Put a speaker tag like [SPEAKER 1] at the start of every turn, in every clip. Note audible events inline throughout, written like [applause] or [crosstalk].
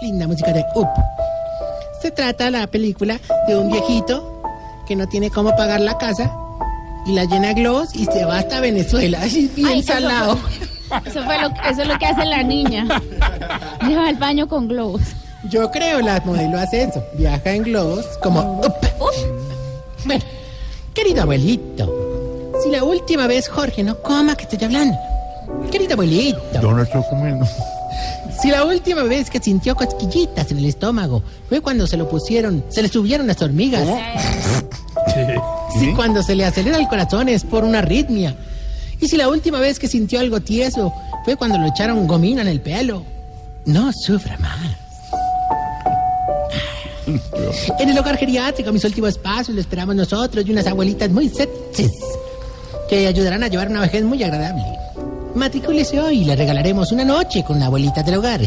[SPEAKER 1] Linda música de Up. Se trata la película de un viejito que no tiene cómo pagar la casa y la llena de globos y se va hasta Venezuela. [laughs] Ay, bien
[SPEAKER 2] Ay, eso
[SPEAKER 1] salado.
[SPEAKER 2] fue- Eso, fue lo, eso es lo que hace la niña. [laughs] Lleva al baño con globos.
[SPEAKER 1] Yo creo la modelo hace eso. Viaja en globos como Up. Bueno, querido abuelito, si la última vez Jorge no coma que estoy hablando. Querido abuelito.
[SPEAKER 3] Yo no estoy
[SPEAKER 4] [laughs]
[SPEAKER 3] comiendo.
[SPEAKER 1] Si la última vez que sintió cosquillitas en el estómago fue cuando se lo pusieron, se le subieron las hormigas. Si cuando se le acelera el corazón es por una arritmia. Y si la última vez que sintió algo tieso fue cuando lo echaron gomina en el pelo. No sufra más. En el hogar geriátrico, mis últimos pasos, lo esperamos nosotros y unas abuelitas muy sexys que ayudarán a llevar una vejez muy agradable. Matricúlese hoy y le regalaremos una noche con la abuelita del hogar.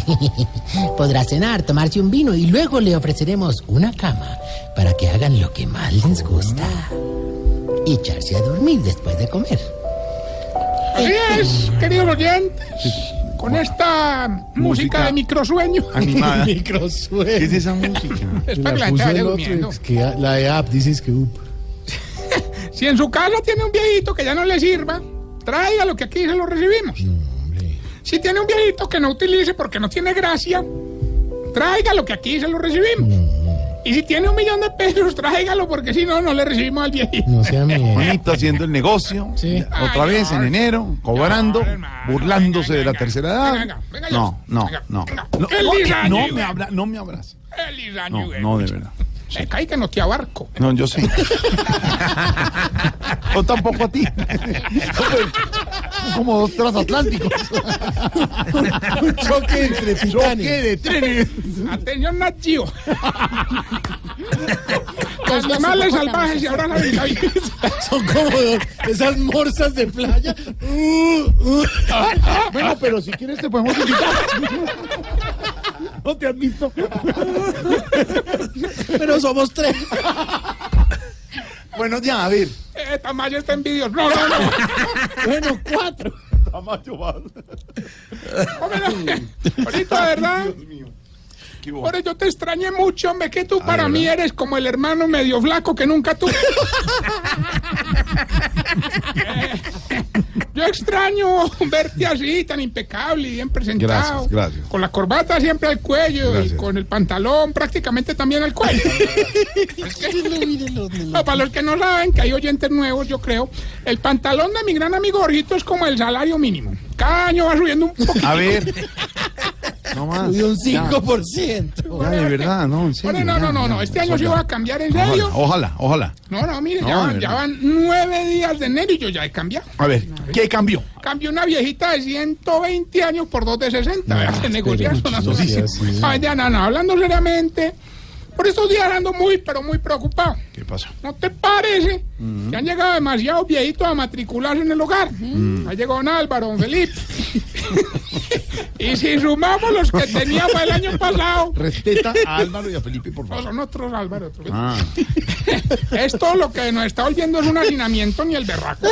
[SPEAKER 1] [laughs] Podrá cenar, tomarse un vino y luego le ofreceremos una cama para que hagan lo que más les gusta. Y echarse a dormir después de comer.
[SPEAKER 5] Así es, queridos oyentes, con esta música,
[SPEAKER 3] Música.
[SPEAKER 5] de microsueño.
[SPEAKER 3] Animada. ¿Qué
[SPEAKER 4] Microsueño.
[SPEAKER 3] es esa música?
[SPEAKER 5] [laughs] Es
[SPEAKER 4] La
[SPEAKER 5] para que la gente
[SPEAKER 4] puso
[SPEAKER 5] vaya
[SPEAKER 4] el otro,
[SPEAKER 5] durmiendo.
[SPEAKER 4] es que la de app, dices que up.
[SPEAKER 5] [laughs] Si en su casa tiene un viejito que ya no le sirva, tráigalo que aquí se lo recibimos. Si tiene un viejito que no utilice porque no tiene gracia, tráigalo que aquí se lo recibimos. Y si tiene un millón de pesos, tráigalo porque si no, no le recibimos al viejito.
[SPEAKER 1] [laughs]
[SPEAKER 4] No sea mierda.
[SPEAKER 3] Juanito haciendo el negocio,
[SPEAKER 4] Sí.
[SPEAKER 3] otra vez en enero, cobrando,
[SPEAKER 5] No, hermano,
[SPEAKER 3] burlándose
[SPEAKER 5] venga,
[SPEAKER 3] de la
[SPEAKER 5] venga,
[SPEAKER 3] tercera edad.
[SPEAKER 5] venga, venga, venga, ya.
[SPEAKER 3] no, no,
[SPEAKER 5] Venga,
[SPEAKER 3] no.
[SPEAKER 5] venga.
[SPEAKER 3] No,
[SPEAKER 5] Feliz
[SPEAKER 3] oye, no
[SPEAKER 5] año,
[SPEAKER 3] me
[SPEAKER 5] güey.
[SPEAKER 3] abra, no me abrace.
[SPEAKER 5] Feliz año,
[SPEAKER 3] No,
[SPEAKER 5] güey.
[SPEAKER 3] no, de verdad.
[SPEAKER 5] Se cae que no te abarco.
[SPEAKER 3] No, yo sé. o tampoco a ti. Como dos transatlánticos.
[SPEAKER 4] Un choque entre
[SPEAKER 3] Choque
[SPEAKER 4] titanes.
[SPEAKER 3] de trenes.
[SPEAKER 5] Atención, Nachio. Los animales salvajes y ahora la vida.
[SPEAKER 4] Son como dos- esas morsas de playa. Uh, uh.
[SPEAKER 3] Bueno, pero si quieres te podemos [laughs] invitar.
[SPEAKER 4] No te han visto. Pero somos tres.
[SPEAKER 3] Bueno, ya, a ver.
[SPEAKER 5] [laughs] Eh, Tamayo está envidioso. No, no, no.
[SPEAKER 4] Bueno, cuatro.
[SPEAKER 5] Hombre, no. Ahorita, de verdad.
[SPEAKER 3] Qué
[SPEAKER 5] Hombre, yo te extrañé mucho, hombre, que tú para mí eres como el hermano medio flaco que nunca
[SPEAKER 3] [laughs]
[SPEAKER 5] tuve. Eh, Yo extraño verte así, tan impecable y bien presentado.
[SPEAKER 3] Gracias, gracias.
[SPEAKER 5] Con la corbata siempre al cuello y
[SPEAKER 3] Gracias.
[SPEAKER 5] con el pantalón prácticamente también al cuello. No, [laughs] para los que no saben, que hay oyentes nuevos, yo creo, el pantalón de mi gran amigo Jorgito es como el salario mínimo. Cada año va subiendo un poquito.
[SPEAKER 3] A ver. No más.
[SPEAKER 4] De un
[SPEAKER 3] Ya,
[SPEAKER 4] 5%.
[SPEAKER 3] Ya, de verdad, no, en serio.
[SPEAKER 5] Bueno, no,
[SPEAKER 3] ya,
[SPEAKER 5] no, no, no,
[SPEAKER 3] ya,
[SPEAKER 5] este año sí
[SPEAKER 3] suelta.
[SPEAKER 5] va a cambiar, ¿en
[SPEAKER 3] Ojalá,
[SPEAKER 5] serio?
[SPEAKER 3] ojalá, ojalá.
[SPEAKER 5] No, no, mire, ya,
[SPEAKER 3] No,
[SPEAKER 5] van,
[SPEAKER 3] de
[SPEAKER 5] ya
[SPEAKER 3] verdad.
[SPEAKER 5] van nueve días de enero y yo ya he cambiado.
[SPEAKER 3] A ver, ¿qué cambió?
[SPEAKER 5] Cambié una viejita de 120 años por dos de 60. Vea, se negocia eso, no,
[SPEAKER 4] no sea así.
[SPEAKER 5] Ay, ya, no, no, hablando seriamente, por estos días ando muy, pero muy preocupado.
[SPEAKER 3] ¿Qué pasó?
[SPEAKER 5] ¿No te parece?
[SPEAKER 3] Mm.
[SPEAKER 5] Que han llegado demasiados viejitos a matricularse en el hogar.
[SPEAKER 3] Mm.
[SPEAKER 5] Ha llegado un Álvaro, un Felipe. [laughs] y si sumamos los que teníamos el año pasado,
[SPEAKER 3] [laughs] Respeta a Álvaro y a Felipe, por
[SPEAKER 5] no,
[SPEAKER 3] favor.
[SPEAKER 5] son otros Álvaro. otros.
[SPEAKER 3] Ah,
[SPEAKER 5] Esto lo que nos está volviendo es un hacinamiento ni el berraco.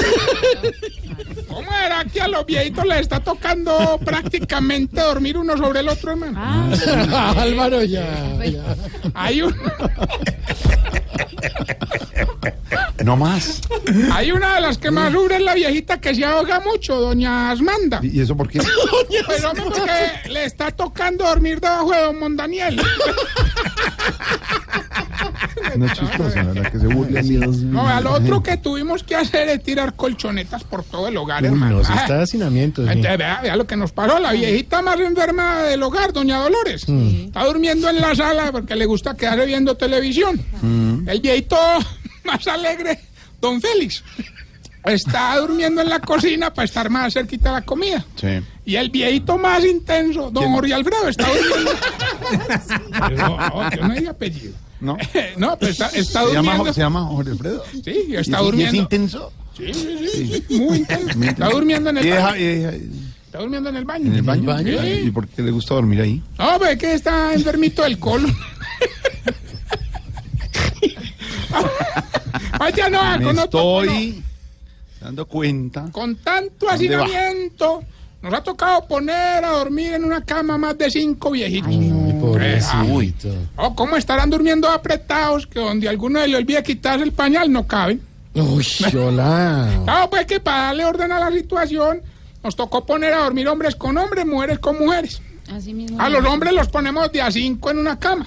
[SPEAKER 5] ¿Cómo era que a los viejitos les está tocando prácticamente dormir uno sobre el otro, hermano?
[SPEAKER 2] Ah,
[SPEAKER 4] [laughs] Álvaro ya. ya.
[SPEAKER 5] Hay un...
[SPEAKER 3] no más.
[SPEAKER 5] Hay una de las que más sufre es la viejita que se ahoga mucho, doña Asmanda.
[SPEAKER 3] ¿Y y eso por [laughs] qué?
[SPEAKER 5] Pero hombre, porque le está tocando dormir debajo de don Mondaniel.
[SPEAKER 4] Mm.
[SPEAKER 3] No es chistosa, la verdad, que se burle así.
[SPEAKER 5] No, al otro que tuvimos que hacer es tirar colchonetas por todo el hogar,
[SPEAKER 4] Uy,
[SPEAKER 5] hermano.
[SPEAKER 4] no, si está de
[SPEAKER 3] Ah,
[SPEAKER 4] hacinamiento. sí.
[SPEAKER 5] Entonces, vea, vea lo que nos pasó. La viejita más enferma del hogar, doña Dolores. Está durmiendo en la sala porque le gusta quedarse viendo televisión.
[SPEAKER 3] Mm.
[SPEAKER 5] El viejito [laughs] más alegre, don Félix, está durmiendo en la cocina para estar más cerquita de la comida.
[SPEAKER 3] Sí.
[SPEAKER 5] Y el viejito más intenso, don
[SPEAKER 3] ¿Quién?
[SPEAKER 5] Jorge Alfredo,
[SPEAKER 3] [laughs]
[SPEAKER 5] está durmiendo. Pero, no, yo no hay apellido. [laughs]
[SPEAKER 3] ¿No?
[SPEAKER 5] No, pero está, está
[SPEAKER 3] ¿Se llama,
[SPEAKER 5] durmiendo.
[SPEAKER 3] Jo- se llama Jorge Alfredo?
[SPEAKER 5] Sí,
[SPEAKER 3] ¿Y
[SPEAKER 5] está
[SPEAKER 3] es- y es
[SPEAKER 5] durmiendo.
[SPEAKER 3] intenso?
[SPEAKER 5] Sí, sí, sí, sí, muy intenso. Está durmiendo en
[SPEAKER 3] ¿Y
[SPEAKER 5] el
[SPEAKER 3] deja,
[SPEAKER 5] baño.
[SPEAKER 3] y deja-
[SPEAKER 5] Está durmiendo en el baño.
[SPEAKER 3] en el baño?
[SPEAKER 5] Sí.
[SPEAKER 3] ¿Y por qué le gusta dormir ahí?
[SPEAKER 5] No, ve que está enfermito del
[SPEAKER 3] [laughs]
[SPEAKER 5] colon. Ay, Ah, ya no,
[SPEAKER 3] Me
[SPEAKER 5] con otro,
[SPEAKER 3] estoy dando cuenta.
[SPEAKER 5] no. Con tanto
[SPEAKER 3] ¿Dónde va?
[SPEAKER 5] hacinamiento, Nos ha tocado poner a dormir en una cama más de cinco viejitos.
[SPEAKER 4] Ay, pobrecito.
[SPEAKER 5] Oh, ¿cómo estarán durmiendo apretados que donde alguno se le olvide quitarse el pañal no caben?
[SPEAKER 4] Uy, hola.
[SPEAKER 5] Claro, pues que para darle orden a la situación, nos tocó poner a dormir hombres con hombres, mujeres con mujeres.
[SPEAKER 2] Así mismo.
[SPEAKER 5] A los hombres los ponemos de a cinco en una cama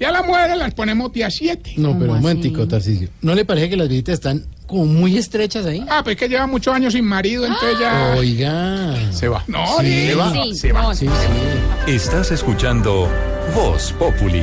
[SPEAKER 5] y a las mujeres las ponemos de a siete.
[SPEAKER 4] No, pero
[SPEAKER 2] ¿Cómo
[SPEAKER 4] un momentico,
[SPEAKER 2] así?
[SPEAKER 4] Tarcisio. ¿No le parece que las visitas están como muy estrechas ahí?
[SPEAKER 5] Ah, pues que lleva muchos años sin marido, entonces ya...
[SPEAKER 4] Oiga.
[SPEAKER 3] Se va.
[SPEAKER 5] No,
[SPEAKER 4] Sí,
[SPEAKER 5] ni-
[SPEAKER 4] va.
[SPEAKER 2] Sí,
[SPEAKER 5] se va.
[SPEAKER 2] no,
[SPEAKER 4] Sí, sí.
[SPEAKER 6] Estás escuchando Voz Populi.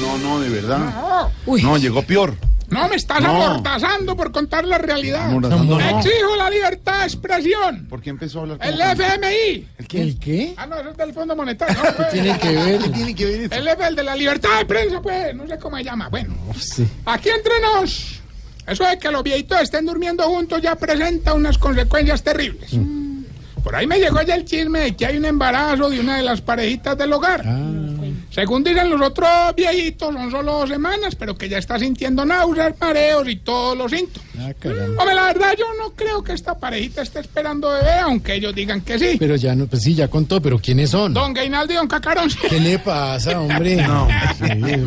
[SPEAKER 3] No, no, no, de verdad.
[SPEAKER 5] No,
[SPEAKER 2] Uy.
[SPEAKER 3] No, llegó peor.
[SPEAKER 5] no me estás
[SPEAKER 3] No.
[SPEAKER 5] amordazando por contar la realidad.
[SPEAKER 3] Amordazando, no.
[SPEAKER 5] Exijo la libertad de expresión.
[SPEAKER 3] ¿Por qué empezó a hablar
[SPEAKER 5] El
[SPEAKER 3] como-
[SPEAKER 5] FMI.
[SPEAKER 3] ¿El qué?
[SPEAKER 4] ¿El qué?
[SPEAKER 5] Ah, no, eso es del Fondo Monetario. no, pues.
[SPEAKER 4] Tiene que ver.
[SPEAKER 3] ¿Qué tiene que ver esto?
[SPEAKER 5] El F, el de la libertad de prensa, pues. No sé cómo se llama. Bueno.
[SPEAKER 4] Sí.
[SPEAKER 5] Aquí entre nos, eso de que los viejitos estén durmiendo juntos ya presenta unas consecuencias terribles. Por ahí me llegó ya el chisme de que hay un embarazo de una de las parejitas del hogar.
[SPEAKER 4] Ah,
[SPEAKER 5] Según dicen los otros viejitos, son solo dos semanas, pero que ya está sintiendo náuseas, mareos y todos los síntomas.
[SPEAKER 4] Ah, caramba.
[SPEAKER 5] Hombre, la verdad yo no creo que esta parejita esté esperando bebé, aunque ellos digan que sí.
[SPEAKER 4] Pero ya no, pues sí, ya contó, pero ¿quiénes son?
[SPEAKER 5] Don Gainaldo y Don Cacarón.
[SPEAKER 3] [laughs]
[SPEAKER 4] ¿Qué le pasa, hombre?
[SPEAKER 3] No,
[SPEAKER 4] Sí,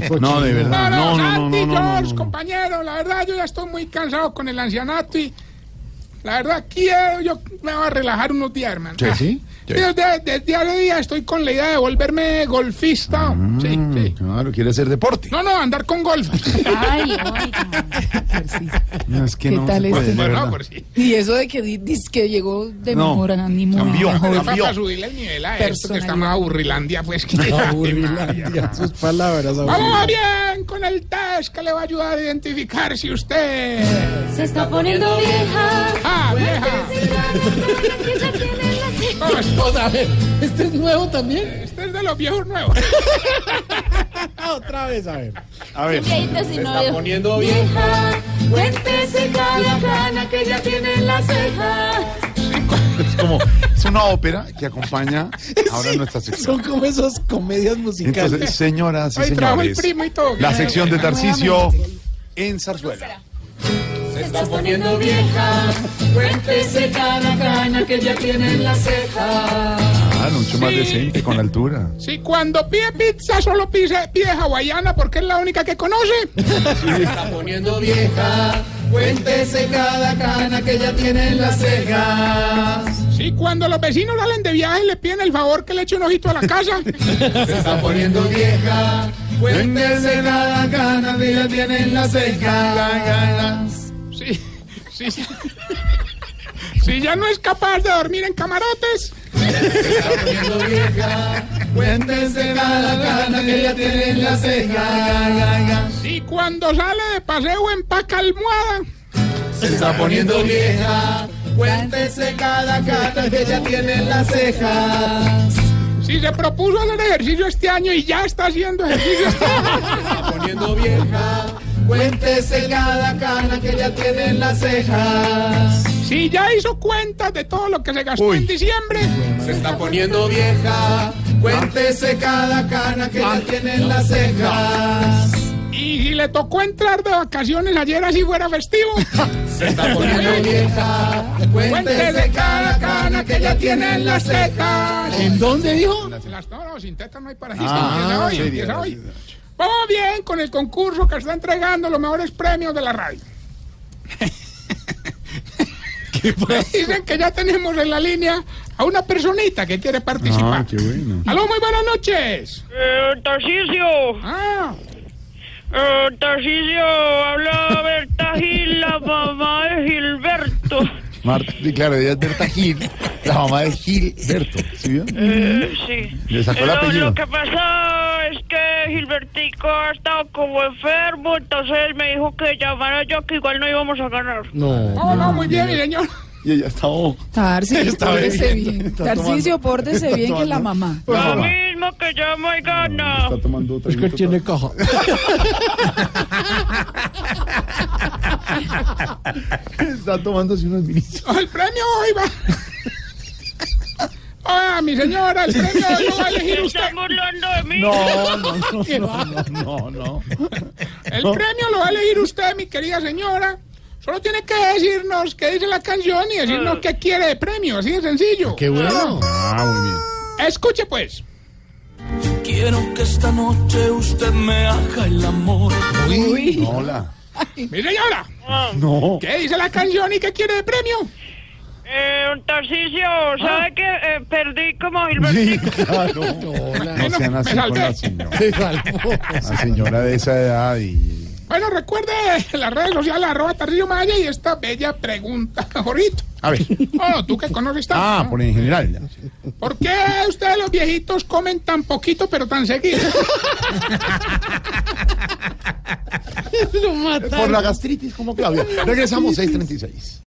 [SPEAKER 4] cochino.
[SPEAKER 3] No, de verdad.
[SPEAKER 5] No,
[SPEAKER 3] No, no,
[SPEAKER 5] no,
[SPEAKER 3] no,
[SPEAKER 5] Santi,
[SPEAKER 3] no, no, no,
[SPEAKER 5] George,
[SPEAKER 3] no.
[SPEAKER 5] compañero, la verdad yo ya estoy muy cansado con el ancianato y la verdad quiero, yo me voy a relajar unos días, hermano.
[SPEAKER 3] Sí,
[SPEAKER 5] Ah,
[SPEAKER 3] sí, sí.
[SPEAKER 5] yo de- Desde día a día estoy con la idea de volverme golfista. Sí,
[SPEAKER 3] Mm,
[SPEAKER 5] sí.
[SPEAKER 3] Claro, quiere hacer deporte.
[SPEAKER 5] No, no, andar con
[SPEAKER 3] [laughs]
[SPEAKER 5] golf.
[SPEAKER 2] Ay, oiga.
[SPEAKER 3] No, es que
[SPEAKER 7] ¿Qué
[SPEAKER 3] no
[SPEAKER 7] tal
[SPEAKER 3] se
[SPEAKER 7] este?
[SPEAKER 3] puede, de
[SPEAKER 5] bueno,
[SPEAKER 3] verdad.
[SPEAKER 5] por pues, sí.
[SPEAKER 7] Y eso de que di- dice que llegó de
[SPEAKER 3] No,
[SPEAKER 7] mejor a ni
[SPEAKER 3] cambió.
[SPEAKER 7] mejor.
[SPEAKER 5] Para,
[SPEAKER 3] Cambió.
[SPEAKER 5] subirle el nivel a esto que está
[SPEAKER 7] Personalidad.
[SPEAKER 5] más aburrilandia, pues [laughs] que
[SPEAKER 4] Aburrilandia, sus palabras.
[SPEAKER 5] Vamos
[SPEAKER 4] aburrilandia.
[SPEAKER 5] bien con el test que le va a ayudar a identificar si usted.
[SPEAKER 8] Se está poniendo vieja.
[SPEAKER 5] Ah, vieja.
[SPEAKER 8] que ya tiene la cita.
[SPEAKER 5] ¿Cómo es?
[SPEAKER 4] O sea, a ver, ¿este es nuevo también?
[SPEAKER 5] Este es de los viejos nuevos.
[SPEAKER 4] Ah, otra vez, a ver.
[SPEAKER 3] A ver.
[SPEAKER 2] Viejitos y novios.
[SPEAKER 4] Poniendo bien.
[SPEAKER 8] vieja. Cuéntese cada cana que ya tiene en la ceja.
[SPEAKER 3] Es como, es una ópera que
[SPEAKER 5] [laughs]
[SPEAKER 3] acompaña ahora nuestra sección.
[SPEAKER 4] Son como esas comedias musicales.
[SPEAKER 3] Entonces, señoras y
[SPEAKER 5] Hoy trajo el
[SPEAKER 3] señores,
[SPEAKER 5] primo y todo.
[SPEAKER 3] la sección de Tarcicio en Zarzuela.
[SPEAKER 8] Se está poniendo vieja. Cuéntese cada cana que ya tiene en la ceja.
[SPEAKER 3] Ah, no, mucho más decente, con la altura.
[SPEAKER 5] Si cuando pide pizza solo pide, pide hawaiana porque es la única que conoce.
[SPEAKER 4] poniendo vieja. Cuéntese cada cana que ya tiene en las cejas.
[SPEAKER 5] Si cuando los vecinos salen de viaje le piden el favor que le eche un ojito a la casa.
[SPEAKER 4] Se está poniendo vieja. Cuéntese cada cana que ya tiene en las cejas.
[SPEAKER 5] Si, si, si ya no es capaz de dormir en camarotes.
[SPEAKER 4] Cuéntese cada cana que ya tiene en las cejas.
[SPEAKER 5] Si cuando sale de paseo empaca almohada.
[SPEAKER 4] Se está poniendo vieja. Cuéntese cada cana que ya tiene en las cejas.
[SPEAKER 5] Si se propuso hacer ejercicio este año y ya está haciendo
[SPEAKER 4] [laughs]
[SPEAKER 5] ejercicio este año.
[SPEAKER 4] poniendo vieja. Cuéntese cada cana que ya tiene en las cejas.
[SPEAKER 5] Si ya hizo cuentas de todo lo que se gastó
[SPEAKER 3] Uy.
[SPEAKER 5] en diciembre.
[SPEAKER 4] Se está poniendo vieja. Cuéntese cada cana que ya tiene en las cejas.
[SPEAKER 5] Y si le tocó entrar de vacaciones ayer así fuera festivo.
[SPEAKER 4] [laughs] Se está poniendo vieja.
[SPEAKER 5] Cuéntese cada cana que ya tiene en las tetas.
[SPEAKER 4] ¿En dónde dijo?
[SPEAKER 5] Se las- no, no, sin tetas no hay paraíso.
[SPEAKER 3] Ah,
[SPEAKER 5] empieza hoy,
[SPEAKER 3] sería,
[SPEAKER 5] empieza hoy.
[SPEAKER 3] sería.
[SPEAKER 5] Vamos bien con el concurso que está entregando los mejores premios de la
[SPEAKER 4] [laughs]
[SPEAKER 5] radio. [laughs] Dicen que ya tenemos en la línea a una personita que quiere participar.
[SPEAKER 3] Ah, qué bueno.
[SPEAKER 5] Aló, muy buenas noches.
[SPEAKER 9] Eh, Tarcisio,
[SPEAKER 5] Ah,
[SPEAKER 9] eh, Tarcisio, habla Berta Gil, la mamá de Gilberto.
[SPEAKER 3] Marta, y claro, ella es Berta Gil, la mamá de Gilberto. ¿Sí vio?
[SPEAKER 9] Eh, sí.
[SPEAKER 3] Le sacó el
[SPEAKER 9] Eh, lo-
[SPEAKER 3] apellido.
[SPEAKER 9] Lo que pasa es que Gilbertico ha estado como enfermo, entonces me dijo que llamara yo que igual no íbamos a ganar.
[SPEAKER 4] No.
[SPEAKER 5] oh, no, muy bien, mi señor.
[SPEAKER 3] Y ella está oh,
[SPEAKER 7] Tarcisio, pórtese
[SPEAKER 3] [laughs]
[SPEAKER 7] bien.
[SPEAKER 3] Está tomando.
[SPEAKER 7] Tarcisio, pórtese bien que es la mamá.
[SPEAKER 9] Lo
[SPEAKER 3] mamá.
[SPEAKER 9] mismo que llama y gana.
[SPEAKER 3] está tomando otra.
[SPEAKER 4] caja.
[SPEAKER 3] Está tomándose unos
[SPEAKER 7] [laughs]
[SPEAKER 3] minis.
[SPEAKER 5] El premio hoy va. Ah, mi señora, el premio hoy lo va a elegir usted.
[SPEAKER 9] Están burlando de mí.
[SPEAKER 3] No, no, no, no, no, no, no.
[SPEAKER 5] El premio lo va a elegir usted, mi querida señora, Solo tiene que decirnos qué dice la canción y decirnos qué quiere de premio, así de sencillo.
[SPEAKER 3] Qué bueno. Ah, muy bien.
[SPEAKER 5] Escuche pues.
[SPEAKER 10] Quiero que esta noche usted me haga el amor.
[SPEAKER 3] Uy, hola.
[SPEAKER 5] Mire y ahora,
[SPEAKER 9] Ah,
[SPEAKER 3] No.
[SPEAKER 5] ¿qué dice la canción y qué quiere de premio?
[SPEAKER 9] eh, don Tarcisio, ¿sabe que eh, perdí como
[SPEAKER 3] Ah. Sí,
[SPEAKER 9] Gilbertico?
[SPEAKER 3] [laughs] claro.
[SPEAKER 5] Ay,
[SPEAKER 3] No
[SPEAKER 5] no,
[SPEAKER 3] sean
[SPEAKER 5] me
[SPEAKER 3] así con
[SPEAKER 5] salvé.
[SPEAKER 3] la señora. La señora de esa edad y...
[SPEAKER 5] Bueno, recuerde las redes sociales, arroba Tarcillo Maya y esta bella pregunta, Jorito.
[SPEAKER 3] A ver.
[SPEAKER 5] Oh, tú que conoces tanto.
[SPEAKER 3] Ah,
[SPEAKER 5] ¿no?
[SPEAKER 3] por en general. ya.
[SPEAKER 5] ¿Por qué ustedes los viejitos comen tan poquito pero tan seguido?
[SPEAKER 4] [laughs]
[SPEAKER 3] Por la gastritis como Claudia. Regresamos 6.36.